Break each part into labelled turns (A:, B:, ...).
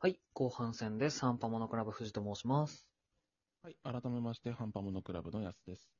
A: はい、後半戦です。ハンパモノクラブ藤と申します。
B: はい、改めまして、ハンパモノクラブのやすです。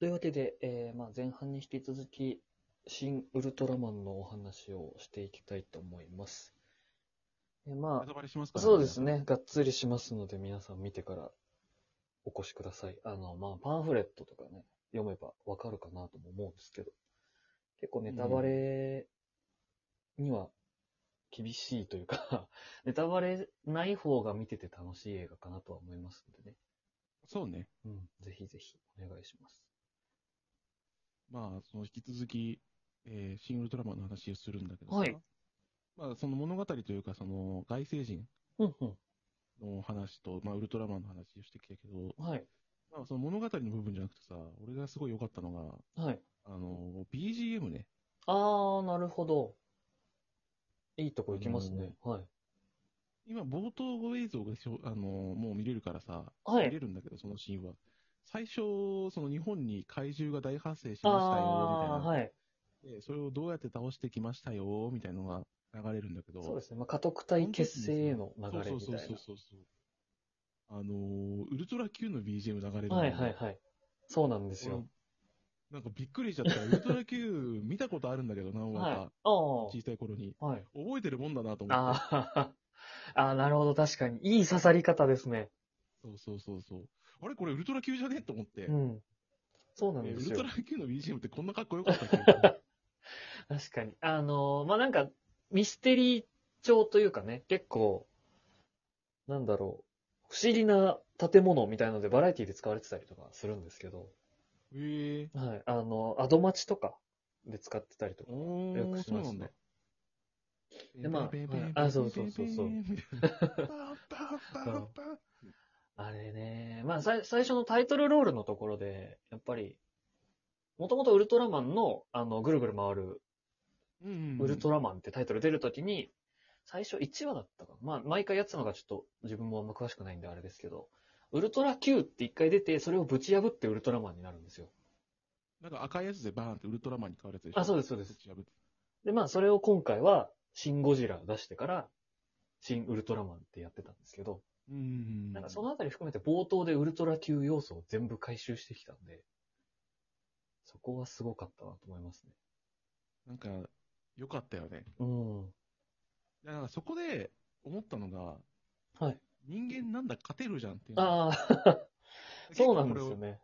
A: というわけで、えーまあ、前半に引き続き、新ウルトラマンのお話をしていきたいと思います。えーま
B: ネタバレしますか
A: あ、
B: ら
A: そうです。ね、がっつりしますので、皆さん見てからお越しください。あの、まあ、パンフレットとかね、読めばわかるかなとも思うんですけど、結構ネタバレには厳しいというか、 ネタバレない方が見てて楽しい映画かなとは思いますのでね。
B: そうね。
A: うん、ぜひぜひお願いします。
B: まあ、その引き続き、えーシン・ウルトラマンの話をするんだけどさ
A: はい
B: まあ、その物語というか、その外星人
A: うんう
B: の話と、まあ、ウルトラマンの話をしてきたけど、
A: ん。はい。
B: まあ、その物語の部分じゃなくてさ、俺がすごい良かったのが、
A: はい。
B: あの、BGM ね。
A: あー、なるほど。いいとこ行きますね。はい。
B: 今、冒頭映像がしょあの、もう見れるからさ、
A: はい
B: 見れるんだけど、そのシーンは。最初、その日本に怪獣が大発生し
A: あ
B: ましたよ、み
A: ー、は
B: たいな。
A: い。
B: で、それをどうやって倒してきましたよ、みたいなのが流れるんだけど。
A: そうですね。まあ、家督隊結成への流れみたい
B: そうそうそうそうそう。あのーウルトラ Q の BGM 流れるんだけど
A: な。はいはいはい。そうなんですよ。
B: 俺なんかびっくりしちゃった。ウルトラ Q 見たことあるんだけど、何話
A: はい。
B: か
A: あ。あ
B: 小さい頃に。
A: ー。はい。
B: 覚えてるもんだなと思って。
A: あー あー、なるほど。確かに。いい刺さり方ですね。
B: そうそうそうそう。あれこれウルトラ Q じゃねと思って。
A: うん。そうなん
B: え
A: で
B: ウ
A: す
B: ル
A: よ
B: ト。ラ Q の BGM ってこんなかっこよかったっけう
A: 確かに。あのーまあ、なんか、ミステリー調というかね、結構、なんだろう、不思議な建物みたいのでバラエティで使われてたりとかするんですけど、
B: んへえ
A: はい。あの、アドマチとかで使ってたりとか、
B: お
A: よく
B: ー、
A: し
B: そう
A: ま
B: な
A: す
B: んだ
A: ね。。でまあ
B: ペンペンペンペン
A: あそうそうそうそう
B: ペンペンペンみたいなパンパンパンパン
A: あれね、まあ、さい最初のタイトルロールのところで、やっぱり、もともとウルトラマンの、あの、ぐるぐる回る
B: うんうん
A: ウルトラマンってタイトル出るときに、最初1話だったかな。まあ、毎回やってたのがちょっと自分もあんま詳しくないんであれですけど、ウルトラ Q って1回出て、それをぶち破ってウルトラマンになるんですよ。
B: なんか赤いやつでバーンってウルトラマンに変わるやつでしょ
A: あ、そうです、そうです。
B: 口破って
A: で、まあ、それを今回は、シン・ゴジラを出してから、シン・ウルトラマンってやってたんですけど、
B: うんうんうん。
A: なんかそのあたり含めて冒頭でウルトラ Q 要素を全部回収してきたんで、そこはすごかったなと思いますね。
B: なんか、良かったよね。
A: うん。
B: いやなんかそこで思ったのが、
A: はい。
B: 人間なんだ勝てるじゃんっていうのが
A: ああ、
B: 結
A: そうな
B: 構
A: んですよ
B: こ
A: ね。
B: れ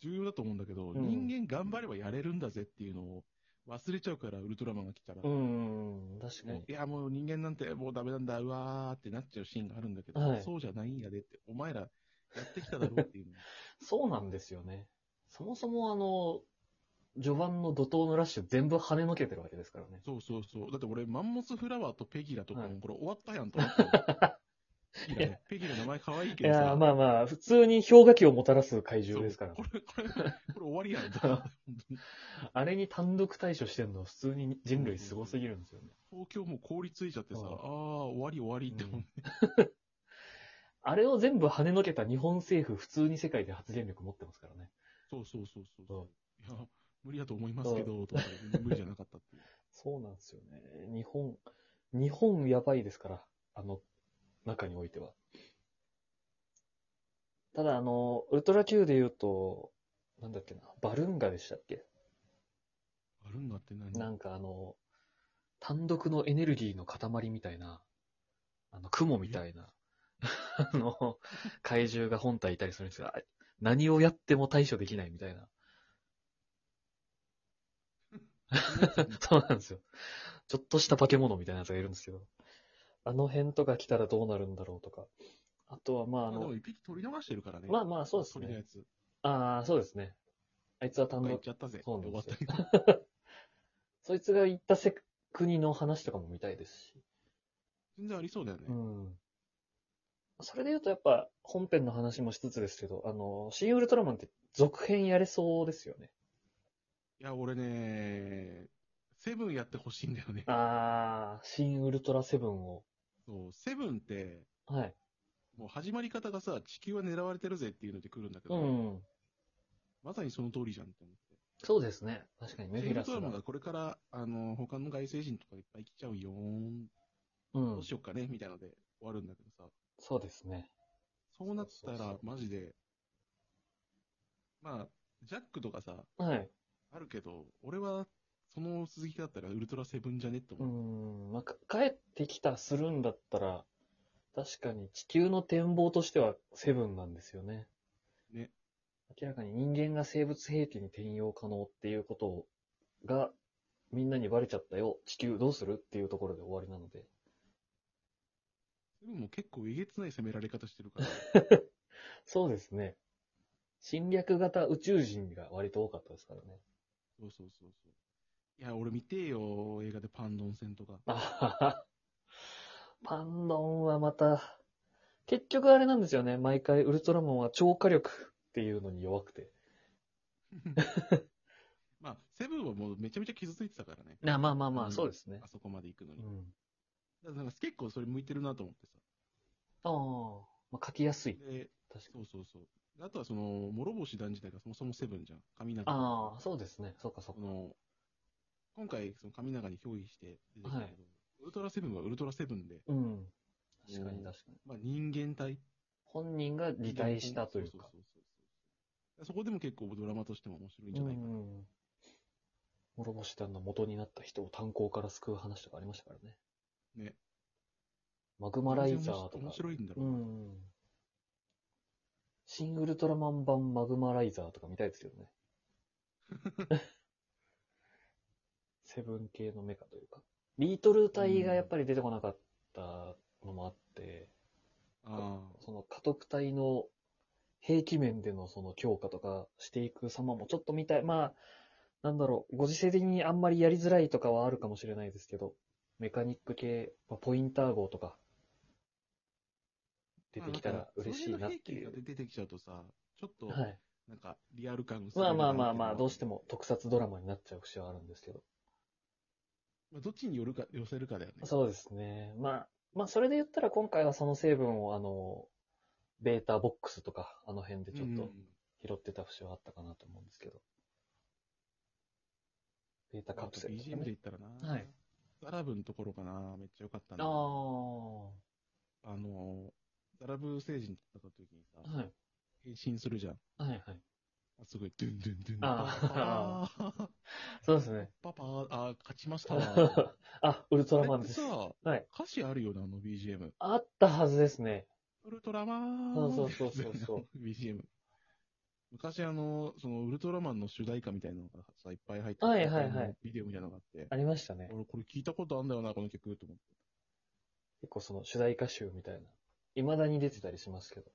B: 重要だと思うんだけど、
A: うん
B: 人間頑張ればやれるんだぜっていうのを忘れちゃうから、ウルトラマンが来たら。
A: う
B: も
A: ん、確か
B: う
A: に。
B: いや、もう人間なんてもうダメなんだ、うわーってなっちゃうシーンがあるんだけど、
A: はい
B: そうじゃないんやでって、お前らやってきただろうっていうの。
A: そうなんですよね。そもそもあの、序盤の怒涛のラッシュ全部跳ねのけてるわけですからね。
B: そうそうそう。だって俺、マンモスフラワーとペギラとか
A: は
B: も
A: い
B: これ終わったやんと思ったの ペギラねペギラ名前可愛い
A: い
B: けどさ。
A: やーまあまあ、普通に氷河期をもたらす怪
B: そう
A: 獣ですから。
B: これ、これ、これ終わ りやんと思って。本当に
A: あれに単独対処してんのは普通に人類すごすぎるんですよね。
B: 東京もう凍りついちゃってさ、あ
A: う
B: あ
A: ん
B: ー、終わり終わりって思って。
A: あれを全部跳ねのけた日本政府普通に世界で発言力持ってますからね。
B: そうそうそうそう
A: うん
B: そう。いや、無理だと思いますけど、とか、無理じゃなかったっていう。
A: そうなんですよね。日本、日本やばいですから、あの、中においては。ただ、あの、ウルトラ Q で言うと、なんだっけな、バルンガでしたっけ
B: あるんだって何
A: なんかあの、単独のエネルギーの塊みたいな、あの、雲みたいな、 あの、怪獣が本体いたりするんですが、何をやっても対処できないみたいな。 そうなんですよ。ちょっとした化け物みたいなやつがいるんですけど、あの辺とか来たらどうなるんだろうとか。あとは、まあ、あ
B: まあで
A: の
B: も、一匹取り逃してるからね。
A: まあまあそうですね
B: 鳥のやつ。
A: ああ、そうですね。あいつは
B: な
A: 単
B: んか行っ
A: 独、
B: ちゃったぜ。
A: そうなん
B: 終
A: で
B: わっ
A: す
B: た
A: よ
B: けど。
A: そいつが行ったせ国の話とかも見たいですし。
B: 全然ありそうだよね
A: う。ん。それで言うとやっぱ本編の話もしつつですけど、あの、シン・ウルトラマンって続編やれそうですよね。
B: いや、俺ね、セブンやってほしいんだよね。
A: ああ、シン・ウルトラセブンを。
B: そう、セブンって、
A: はい。
B: もう始まり方がさ、地球は狙われてるぜっていうので来るんだけ
A: う
B: ど、
A: ん。
B: まさにその通りじゃんって思って。
A: そうですね。確かにメフィラス
B: シンウルトラマン
A: が。
B: がこれから、あの、他の外星人とかいっぱい来ちゃうよーん。
A: うん
B: どうしよっかね、みたいなので終わるんだけどさ、
A: そうですね。
B: そうなった
A: そうそう
B: ら
A: そ、
B: マジで、まあ、ジャックとかさ、
A: はい。
B: あるけど、俺は、その続きだったらウルトラセブンじゃねって
A: うー
B: 思う。
A: ん、まあ、か帰ってきたするんだったら、確かに地球の展望としてはセブンなんですよね。
B: ね。
A: 明らかに人間が生物兵器に転用可能っていうことをが、みんなにバレちゃったよ。地球どうするっていうところで終わりなので。
B: セブンも結構えげつない攻められ方し てるから、
A: そうですね。侵略型宇宙人が割と多かったですからね。
B: そうそうそうそう。いや、俺見てえよ、映画でパンドン戦とか。
A: あははパンドンはまた、結局あれなんですよね。毎回ウルトラマンは超火力っていうのに弱くて。
B: まあ、セブンはもうめちゃめちゃ傷ついてたからね。
A: なまあまあま
B: う
A: あ、
B: ん
A: そうですね
B: あ。そこまで行くの
A: う
B: に。
A: ん。
B: だからなんか結構それ向いてるなと思ってさ。
A: ああ、まあ、書きやすい。
B: で、
A: 確か
B: そ
A: に。
B: うそうそう。あとはその、諸星団自体がそもそもセブンじゃん。神永。
A: ああ、そうですね。そうかそう
B: そ
A: か。
B: の、今回、その神永に憑依して出てきたけど、
A: はい
B: ウルトラセブンはウルトラセブンで、
A: うん。確かに確かに。
B: まあ、人間体。
A: 本人が擬態したという
B: そ
A: か。
B: そそうそうそこでも結構ドラマとしても面白いんじゃないかな。
A: うん。諸星団の元になった人を炭鉱から救う話とかありましたからね。
B: ね。
A: マグマライザーとか
B: 面。白いんだろ
A: う
B: うな。
A: ん。新ウルトラマン版マグマライザーとか見たいですけどね。 セブン系のメカというか。ビートル隊がやっぱり出てこなかったのもあって、
B: ああ。
A: その家督隊の兵器面でのその強化とかしていく様もちょっと見たい。まあ、なんだろう、ご時世的にあんまりやりづらいとかはあるかもしれないですけど、メカニック系、まあポインター号とか、出てきた
B: ま
A: ら
B: あ
A: 嬉しいなってい
B: そうう。の兵器が出てきちゃうとさ、ちょっと、
A: はい。
B: なんか、リアル感薄れる
A: まあ
B: な
A: まあまあま
B: っていの
A: あ、
B: は
A: どうして。も特撮ドラマになっちゃう節はあるんですけど。
B: まあ、どっちによるか、寄せるかだよね。
A: そうですね。まあ、まあそれで言ったら今回はその成分をあの、ベータボックスとか、あの辺でちょっ
B: う
A: と
B: ん
A: 拾ってた節はあったかなと思うんですけど。ベータカプセルとか、
B: あと BGM で
A: ね
B: 言。ったらな、
A: はい
B: ザラブのところかな、めっちゃ良かった
A: あ
B: な。
A: あ、は
B: あの、ザラブ星人だった時にさ、
A: い。はい
B: 変身するじゃん。
A: はい。
B: あすごい、ドゥンドゥンドゥン。
A: あ
B: パパー
A: そうですね。
B: パパー、あー、勝ちました わ。
A: あ、ウルトラマン
B: あれっ
A: です
B: てさ。、
A: はい。
B: 歌詞あるよな、あの BGM。
A: あったはずですね。
B: ウルトラマン。
A: そうそうそうそうそう
B: BGM。昔あの、そのウルトラマンの主題歌みたいなのがさ、いっぱい入ってて
A: はいはいはい。
B: ビデオみたいなのがあって。
A: ありましたね。
B: 俺これ聞いたことあんだよな、この曲、と思って。
A: 結構その主題歌集みたいな。未だに出てたりしますけど。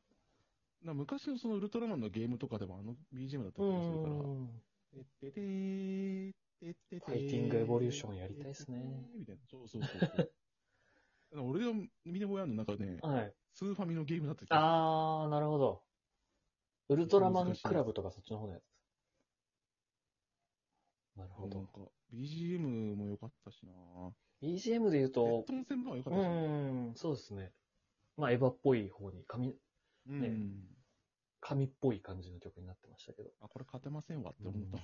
B: な昔のそのウルトラマンのゲームとかでもあの BGM だった
A: う
B: りするから。
A: ん。
B: てっててーてっててー
A: ファイティングエボリューションやりたいっすね
B: みたいな。そうそうそうそう。 あの俺が見てもやるのなんかね、
A: はい。
B: スーファミのゲームだった気が
A: あー、なるほど。ウルトラマンクラブとかそっちの方のやつ。なる
B: す
A: ほ
B: るなん
A: ど。
B: か、BGM も良かったしな
A: BGM で言う
B: と、
A: と
B: ト、ン戦も良かっ
A: う
B: たしね、
A: ーん、そうですね。まあ、エヴァっぽい方に、神、
B: うん
A: ね神っぽい感じの曲になってましたけど。
B: あ、これ勝てませんわって思った。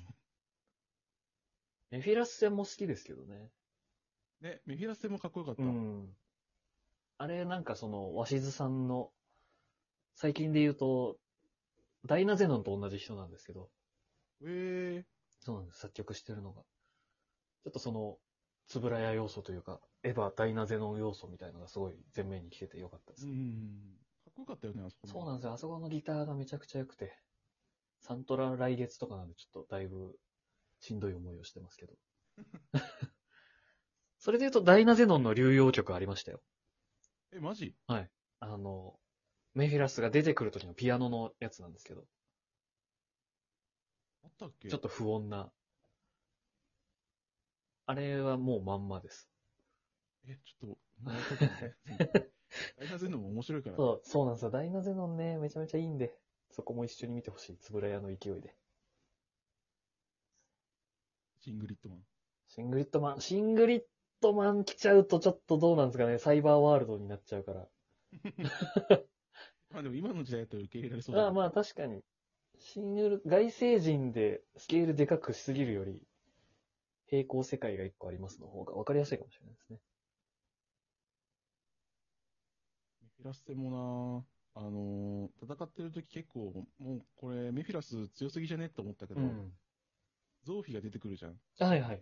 A: メフィラス戦も好きですけどね。
B: ね、メフィラス戦もかっこよかった。
A: うん。あれ、なんかその、鷲津さんの、最近で言うと、ダイナゼノンと同じ人なんですけど、
B: え
A: そうなんです。作曲してるのが。ちょっとその、つぶらや要素というか、エヴァ、ダイナゼノン要素みたいのがすごい前面に来ててよかったで
B: ー、
A: す。
B: うん。かっこよかったよね、あそこ
A: そうなん
B: ん
A: ですよ。あそこのギターがめちゃくちゃ良くて。サントラ来月とかなんでちょっとだいぶしんどい思いをしてます けど。それで言うと、ダイナゼノンの流用曲ありましたよ。
B: え、マジ
A: あの、メフィラスが出てくる時のピアノのやつなんですけど、
B: あったっけ
A: ちょっと不穏な。あれはもうまんまです。
B: え、ちょっと、もうちょっと待って。大変全のも面白いから。
A: そう、そうなんですよ。ダイナゼノンね、めちゃめちゃいいんで、そこも一緒に見てほしい。つぶらやの勢いで。
B: シングリットマン。
A: シングリットマン、シングリットマン来ちゃうとちょっとどうなんですかね。サイバーワールドになっちゃうから。
B: まあでも今の時代だと受け入れられそうだ
A: ま
B: ね
A: あまあ確かに、シングル、外星人でスケールでかくしすぎるより、平行世界が一個ありますの方が分かりやすいかもしれないですね。
B: テラステもな、あのー戦ってる時結構、もうこれ、メフィラス強すぎじゃねって思ったけど、
A: うん。
B: ゾーフィーが出てくるじゃん。
A: はいはい。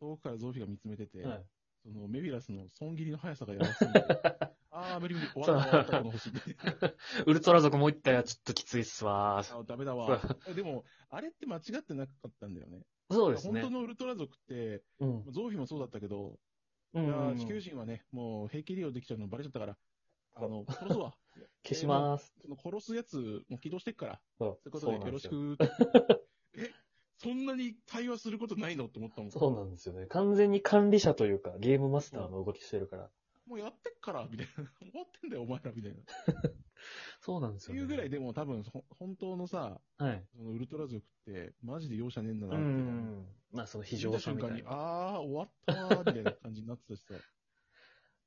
B: 遠くからゾーフィーが見つめてて、
A: はい、
B: そのメフィラスの損切りの速さがやばすぎて、 あー、無理無理、終わった、終わった、この星って。
A: ウルトラ族もう一回はちょっときついっすわー。
B: あダメだわ。でも、あれって間違ってなかったんだよね。
A: そうです
B: 本
A: ね
B: 当。のウルトラ族って、
A: うん。
B: ゾーフィーもそうだったけど、
A: う
B: いや
A: んう
B: ー
A: ん
B: 地球人はね、もう平気利用できちゃうのバレちゃったから、あ
A: そう
B: の、殺すわ。
A: 消しまーす。
B: その殺すやつも起動してっから、
A: そ
B: という
A: う
B: こと
A: そう
B: で
A: なん
B: よ
A: で
B: ろし
A: すよ。
B: く。 え、そんなに対話することないのって思ったもん。
A: そうなんですよね。完全に管理者というか、ゲームマスターの動きしてるから。
B: もうやってっから、みたいな。終わってんだよ、お前ら、みたいな。っ
A: そうなんです
B: て
A: よ、ね。
B: いうぐらいでも多分、ほ本当のさ、
A: はい。
B: そのウルトラ族って、マジで容赦ねえんだな
A: う
B: っていうのが。
A: ん。まあ、その非常
B: 見た
A: さ
B: 瞬
A: みた
B: 間
A: い
B: に、
A: な。
B: あー、終わったわー、みたいな感じになってたしさ。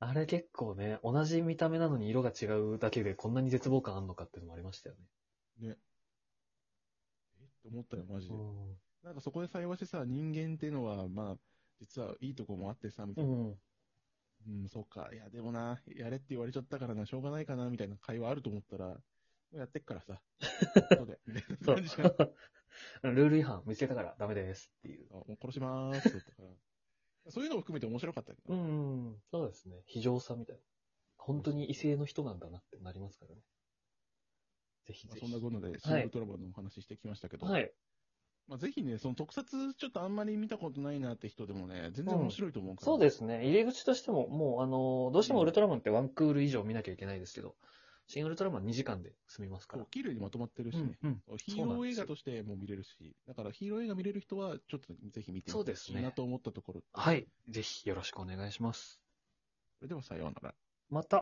A: あれ結構ね、同じ見た目なのに色が違うだけでこんなに絶望感あんのかっていうのもありましたよね。
B: ね。えって思ったよ、マジで
A: う。ん
B: なんかそこで幸いしてさ、人間っていうのは、まあ、実はいいとこもあってさ、みた
A: う
B: いな。
A: ん。
B: うん、そうか。いや、でもな、やれって言われちゃったからな、しょうがないかな、みたいな会話あると思ったら、もうやってっから さ。そうで、みたいな
A: そう
B: 感じじゃん。あ。
A: ルール違反見つけたからダメですっていう。
B: もう殺しまーす、だったから。そういうのも含めて面白かったけど。
A: うんうん。そうですね。非常さみたいな。本当に異性の人なんだなってなりますからね。ぜひ
B: ま
A: ぜ
B: あ
A: ひ。
B: そんなことで、シン・ウルトラマンのお話してきましたけど、
A: はい。
B: まあ、ぜひね、その特撮ちょっとあんまり見たことないなって人でもね、全然面白いと思うから。
A: そうですね。入り口としても、もう、あの、どうしても
B: うん
A: ウルトラマンってワンクール以上見なきゃいけないですけど、新ウルトラマン2時間で済みますか
B: こ
A: ら
B: う。綺麗にまとまってるし
A: う
B: ね。
A: んうん
B: ヒーロー映画としても見れるし、だからヒーロー映画見れる人は、ちょっとぜひ見て
A: そう
B: みて
A: で
B: ほ
A: す
B: し
A: ね
B: いなと思ったところ。
A: はい。ぜひよろしくお願いします。
B: それではさようなら。
A: また。